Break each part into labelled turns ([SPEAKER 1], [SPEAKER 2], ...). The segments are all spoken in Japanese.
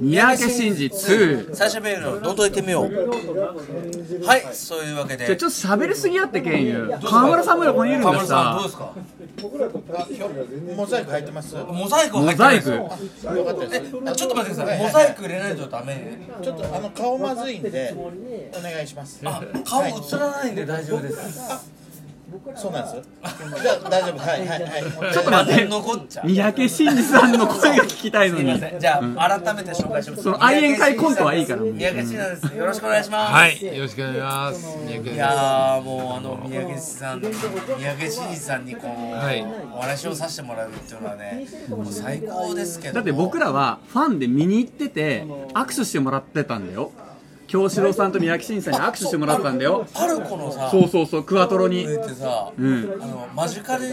[SPEAKER 1] 三宅真司2。
[SPEAKER 2] 最初メールをどんどんいってみようはいそういうわけで
[SPEAKER 1] じゃあちょっと喋りすぎやって、ケンユ。河村さんまでここにいるんだ
[SPEAKER 2] 河
[SPEAKER 1] し
[SPEAKER 2] 村さんどう
[SPEAKER 1] さ。
[SPEAKER 2] ですか
[SPEAKER 3] モザイク入ってます。よ
[SPEAKER 2] モザイクは
[SPEAKER 1] モ
[SPEAKER 2] 入ってな
[SPEAKER 1] ザ
[SPEAKER 2] い
[SPEAKER 1] イ
[SPEAKER 2] です
[SPEAKER 1] ク。
[SPEAKER 2] よ
[SPEAKER 3] かったです。
[SPEAKER 2] えちょっと待ってくださいモザイク入れないとダメで
[SPEAKER 3] ちょっとあの顔まずいんでお願いします。
[SPEAKER 2] あ顔映らないんで大丈夫です
[SPEAKER 3] そうなんです。じゃあ大丈夫。はいはいはい。
[SPEAKER 1] ちょっと待って
[SPEAKER 2] 残っちゃう
[SPEAKER 1] 三宅真司さんの声が聞きたいの
[SPEAKER 2] すいま
[SPEAKER 1] に。
[SPEAKER 2] せんじゃあ改めて紹介します
[SPEAKER 1] その愛煙会コントはいいから
[SPEAKER 2] 三宅慎さんですよろしくお願いします
[SPEAKER 4] はい、よろしくお願いします。三宅です
[SPEAKER 2] いやーもうあの三宅さん三宅慎さんにこう、
[SPEAKER 4] はい
[SPEAKER 2] お話をさせてもらうっていうのはねもう最高ですけど
[SPEAKER 1] だって僕
[SPEAKER 2] ら
[SPEAKER 1] らはファンで見に行ってて、握手してもらってたんだよ。京志郎さんと三宅真司さんに握手してもらったんだよ。
[SPEAKER 2] パルコのさ
[SPEAKER 1] そうそうそう、クワトロに。
[SPEAKER 2] 上って
[SPEAKER 1] ん
[SPEAKER 2] さ、あのマジカル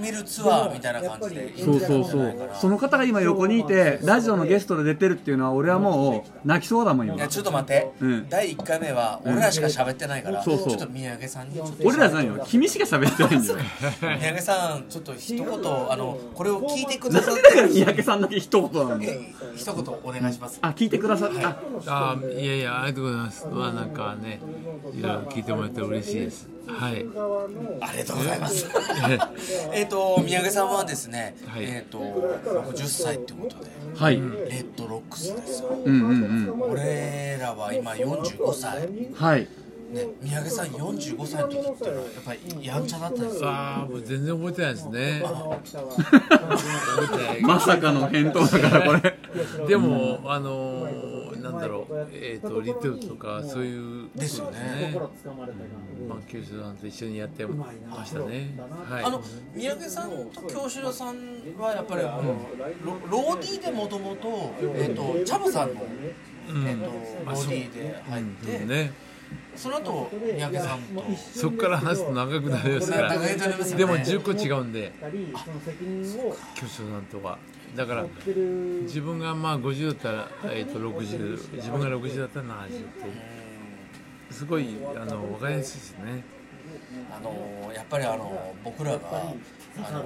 [SPEAKER 2] 見るツアーみたいな感じで
[SPEAKER 1] そうそうそう。その方が今横にいて、ラジオのゲストで出てるっていうのは、俺はもう泣きそうだもん、
[SPEAKER 2] い
[SPEAKER 1] 今
[SPEAKER 2] や。ちょっと待って、
[SPEAKER 1] うん
[SPEAKER 2] 第1回目は俺らしか喋ってないから、
[SPEAKER 1] そうそう
[SPEAKER 2] ちょっと三宅さんにちょっと
[SPEAKER 1] 俺らじゃないよ。君しか喋ってないんだよ。
[SPEAKER 2] 三宅さんちょっと一言あのこれを聞いてくださっ
[SPEAKER 1] だから
[SPEAKER 2] て
[SPEAKER 1] 三宅さんだけ一言なんだよ。
[SPEAKER 2] え一言お願いします
[SPEAKER 1] あ、聞いてくださった。
[SPEAKER 4] あーいやいや、ありがとうございます。まあ、なんかね、いろいろ聞いてもらって嬉しいです。はい。
[SPEAKER 2] ありがとうございます えっと三宅さんはですね、
[SPEAKER 4] はい
[SPEAKER 2] えっ、と50歳ってことで
[SPEAKER 1] はい。う
[SPEAKER 2] レッドロックスですよ
[SPEAKER 1] んうんうん。
[SPEAKER 2] 俺らは今45歳ね
[SPEAKER 1] はい。
[SPEAKER 2] 三宅さん45歳の時っていうのはやっぱりやんちゃだったんですよ
[SPEAKER 4] ああ、もう全然覚えてないですね。覚えてない
[SPEAKER 1] まさかの返答だから、これ。
[SPEAKER 4] でも、あのー、なんだろう、えっ、と、リトルとか、そういう、
[SPEAKER 2] ですよね
[SPEAKER 4] まあ、九州さんと一緒にやってましたね。はい。
[SPEAKER 2] あの三宅さんと京志郎さんはやっぱりあのロローディーでもともと,、えっとチャムさんの、
[SPEAKER 4] うん
[SPEAKER 2] えっとローディーで入っ
[SPEAKER 4] うん
[SPEAKER 2] て
[SPEAKER 4] ね、
[SPEAKER 2] その後三宅さんと
[SPEAKER 4] そこから話すと長くなりますか
[SPEAKER 2] 長
[SPEAKER 4] ら
[SPEAKER 2] くなりますよね
[SPEAKER 4] でも10個違うんで巨匠さんとはだから自分がまあ50だったら、えっと60自分が60だったら70ってすごいあの分かりやすいですね
[SPEAKER 2] あのやっぱりあの僕らがあの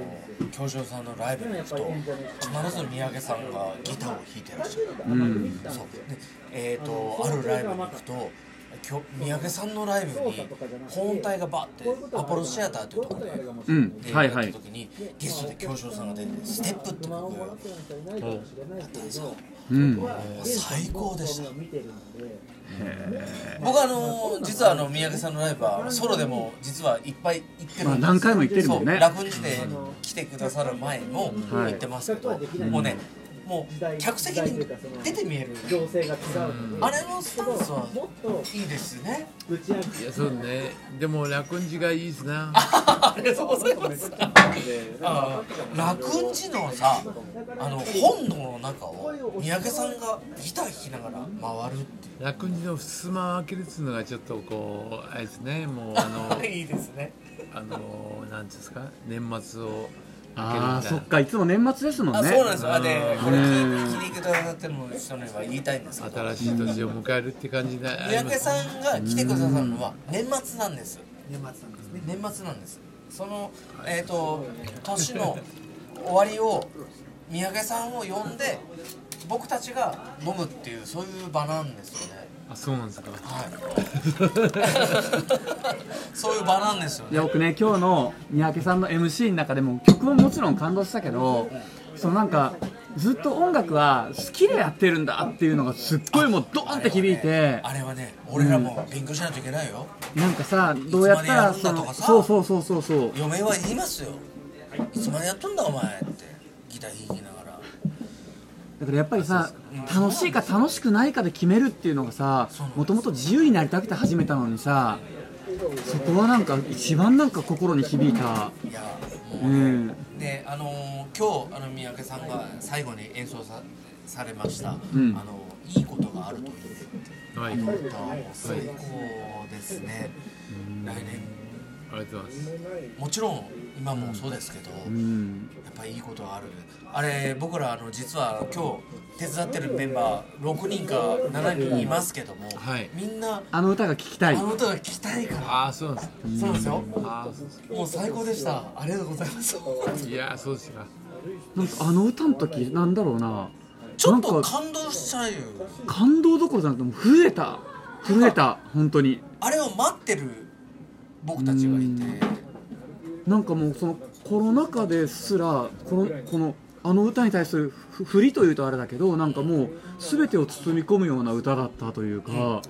[SPEAKER 2] 京志郎さんのライブに行くと必ず三宅さんがギターを弾いてらっしゃる。
[SPEAKER 1] うん。
[SPEAKER 2] そうでえー、とあるライブに行くときょ三宅さんのライブに保音隊がバッてアポロシアターっていうところで
[SPEAKER 1] うん。
[SPEAKER 2] で
[SPEAKER 1] はいはい
[SPEAKER 2] やった。時にゲストで京翔さんが出て「ステップ」って曲だったんですよ
[SPEAKER 1] うん。
[SPEAKER 2] 最高でした僕はあのー実はあの三宅さんのライブはソロでも実はいっぱい行ってるんです
[SPEAKER 1] まあ何回も行ってるもんね
[SPEAKER 2] そう楽地で来てくださる前も
[SPEAKER 1] は
[SPEAKER 2] 行
[SPEAKER 1] い
[SPEAKER 2] ってますけど、もうねもう客席に出て見える
[SPEAKER 5] 情勢が違う
[SPEAKER 2] あれのスタンスは
[SPEAKER 5] もっと
[SPEAKER 2] いいですね
[SPEAKER 5] 打ち上
[SPEAKER 4] いやそうねでも楽んじがいいですな
[SPEAKER 2] ありがとうございます。あー楽雲寺のさ、あの本堂の中を三宅さんがギター弾きながら回るって
[SPEAKER 4] 楽んじの襖を開けるっていうのがちょっとこうあれですねもうあの
[SPEAKER 2] いう。いいですね。
[SPEAKER 4] あのなんていうんですか年末を開けるみたいな
[SPEAKER 1] ああ、そっか、いつも年末ですもんね。
[SPEAKER 2] あ、そうなんですよ。あで、これ
[SPEAKER 1] う
[SPEAKER 2] 聞
[SPEAKER 1] ん
[SPEAKER 2] いて聞いてくださってる人には言いたいんですけど、
[SPEAKER 4] 新しい年を迎えるって感じであ
[SPEAKER 2] 三
[SPEAKER 4] りま
[SPEAKER 2] 宅
[SPEAKER 4] す
[SPEAKER 2] さんが来てくださるのは年末なんです。年末なんですね。年末なんです。そのえっ、と年の終わりを三宅さんを呼んで僕たちが飲むっていうそういう場なんですよね。
[SPEAKER 4] あそうなんですか
[SPEAKER 2] はい、そういう場なんですよ
[SPEAKER 1] い
[SPEAKER 2] ね。
[SPEAKER 1] や僕ね今日の三宅さんの MC の中でも曲ももちろん感動したけどそのなんかずっと音楽は好きでやってるんだっていうのがすっごいもうドーンって響いて
[SPEAKER 2] あれはね、俺らも勉強しないといけないよ。
[SPEAKER 1] なんかさどうやったら
[SPEAKER 2] い
[SPEAKER 1] そ
[SPEAKER 2] つまでやるんだと
[SPEAKER 1] の
[SPEAKER 2] かさ
[SPEAKER 1] そうそうそうそうそう
[SPEAKER 2] 嫁は言いますよ。いつまでやっとんだお前ってギター弾きながら。
[SPEAKER 1] だからやっぱりさ楽しいか楽しくないかで決めるっていうのがさもともと自由になりたくて始めたのにさそこはなんか一番なんか心に響いた
[SPEAKER 2] いや、
[SPEAKER 1] う
[SPEAKER 2] もうね。
[SPEAKER 1] ん
[SPEAKER 2] で、あのー今日あの三宅さんが最後に演奏さされました。
[SPEAKER 1] ん
[SPEAKER 2] あのいいことがあるといいねって
[SPEAKER 4] はいあり
[SPEAKER 2] 言
[SPEAKER 4] が
[SPEAKER 2] わ
[SPEAKER 4] と
[SPEAKER 2] れた。もう最高ですね。来年
[SPEAKER 4] うございます
[SPEAKER 2] もちろん今もそうですけど。
[SPEAKER 1] うん
[SPEAKER 2] やっぱりいいことがあるあれ僕らあの実は今日手伝ってるメンバー6人か7人いますけども、
[SPEAKER 4] はい
[SPEAKER 2] みんな
[SPEAKER 1] あの歌が聴きた
[SPEAKER 2] あ
[SPEAKER 1] い
[SPEAKER 2] の歌が聞きたいから
[SPEAKER 4] ああそうなんですか
[SPEAKER 2] そうですよ
[SPEAKER 4] ああそうですか
[SPEAKER 2] もう最高でしたあ りがとうございます
[SPEAKER 4] いやーそうですか
[SPEAKER 1] なんかあの歌の時なんだろうな
[SPEAKER 2] ちょっと感動したよ
[SPEAKER 1] 感動どころじゃなくてもう震えた震えた本当に
[SPEAKER 2] あれを待ってる僕たちがいて
[SPEAKER 1] なんかもうそのコロナ禍ですらこのこのあの歌に対するふ振りというとあれだけどなんかもう全てを包み込むような歌だったというか、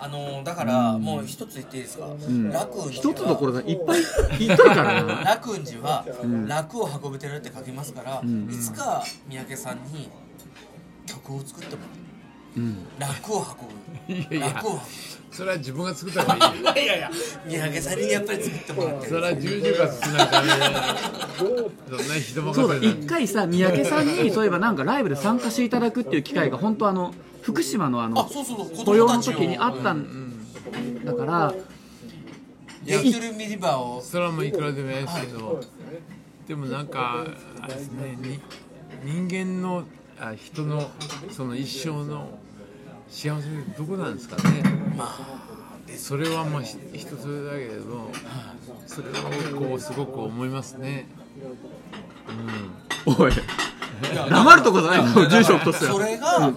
[SPEAKER 2] あのーだからもう一つ言っていいですか、
[SPEAKER 1] ん
[SPEAKER 2] 楽雲寺
[SPEAKER 1] 一
[SPEAKER 2] は
[SPEAKER 1] つどころじゃないいっぱい言っとるからな
[SPEAKER 2] 楽雲寺は楽を運べてるって書きますから、
[SPEAKER 1] ん
[SPEAKER 2] いつか三宅さんに曲を作っても
[SPEAKER 1] うん
[SPEAKER 2] らう楽を運 ぶ
[SPEAKER 4] いやいや
[SPEAKER 2] 楽を
[SPEAKER 4] それは自分が作った方がいいよ
[SPEAKER 2] 運ぶいやいや三宅さんにやっぱり作ってもらって
[SPEAKER 4] それは十0月つながり
[SPEAKER 1] そうだ
[SPEAKER 4] そんな人任せなん
[SPEAKER 1] 一回さ三宅さんにそういえばなんかライブで参加していただくっていう機会が本当あの福島のあ
[SPEAKER 2] あ
[SPEAKER 1] の
[SPEAKER 2] そうそうそう子
[SPEAKER 1] 雇用
[SPEAKER 2] 供た
[SPEAKER 1] の
[SPEAKER 2] ちを
[SPEAKER 1] 時にあった
[SPEAKER 2] うん
[SPEAKER 1] んだから
[SPEAKER 2] やってるミリバーを
[SPEAKER 4] それはもういくらでもやるけど、でもなんかあれですねに人間のあ人のその一生の幸せってどこなんですかねそれはまあひ一つだけれどそれをこうすごく思いますね
[SPEAKER 1] おい黙るとこじゃないよ住所落とす
[SPEAKER 2] そ
[SPEAKER 1] よ
[SPEAKER 2] れが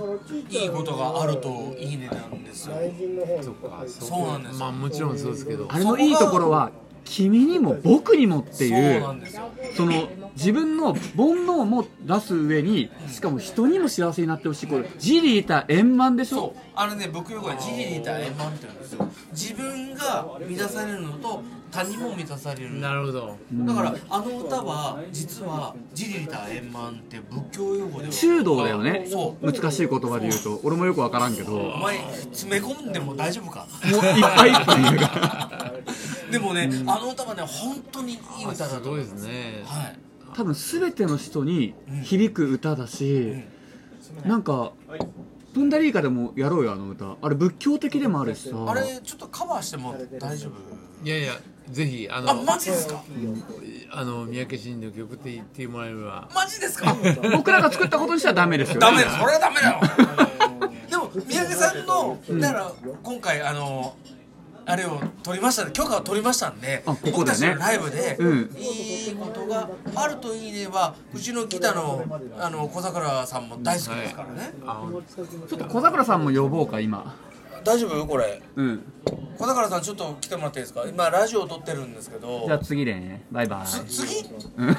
[SPEAKER 2] いいことがあるといいねなんですよ
[SPEAKER 4] そっかそ
[SPEAKER 2] そうなんですよ
[SPEAKER 4] まあもちろんそうですけど
[SPEAKER 1] あれのいいところは君にも僕にもってい
[SPEAKER 2] そう
[SPEAKER 1] う
[SPEAKER 2] なんですよ
[SPEAKER 1] その自分の煩悩も出す上にしかも人にも幸せになってほしいこれジリータ円満でし
[SPEAKER 2] そ
[SPEAKER 1] ょ
[SPEAKER 2] うあれね僕よくはジリリタ円満って言うんですよ自分が満たされるのと他人も満たされる
[SPEAKER 4] なるほど
[SPEAKER 2] だからあの歌は実はジリリタ円満って仏教用語では
[SPEAKER 1] 中道だよね
[SPEAKER 2] そう
[SPEAKER 1] 難しい言葉で言うと俺もよく分からんけど
[SPEAKER 2] お
[SPEAKER 1] も
[SPEAKER 2] 前詰め込んでも大丈夫か
[SPEAKER 1] ういっぱいいっぱいだから
[SPEAKER 2] でもね、あの歌はね本当にいい歌だ
[SPEAKER 4] す
[SPEAKER 2] と
[SPEAKER 4] ご
[SPEAKER 2] 思
[SPEAKER 4] い
[SPEAKER 2] い
[SPEAKER 4] で
[SPEAKER 2] ます
[SPEAKER 4] すね
[SPEAKER 2] はい
[SPEAKER 1] 多分全ての人に響く歌だし、なんかプンダリーカでもやろうよあの歌あれ仏教的でもあるしさ
[SPEAKER 2] あれちょっとカバーしても大丈夫
[SPEAKER 4] いやいやぜひあの
[SPEAKER 2] あマジですか
[SPEAKER 4] あの三宅伸の曲って言ってもらえれば
[SPEAKER 2] マジですか
[SPEAKER 1] 僕らが作ったことにしてはダメですよ
[SPEAKER 2] ダメだそれはダメだよ でも三宅さんのだから今回あのあれを取りましたね許可を取りましたんで
[SPEAKER 1] あここだね
[SPEAKER 2] 僕たちのライブで、
[SPEAKER 1] うん
[SPEAKER 2] いいことがあるといいねはうちのギターのあの小桜さんも大好きですからね、
[SPEAKER 4] あ
[SPEAKER 1] ちょっと小桜さんも呼ぼうか今
[SPEAKER 2] 大丈夫これ
[SPEAKER 1] うん
[SPEAKER 2] 小桜さんちょっと来てもらっていいですか今ラジオを撮ってるんですけど
[SPEAKER 1] じゃあ次でねバイバイ
[SPEAKER 2] つ次
[SPEAKER 1] うん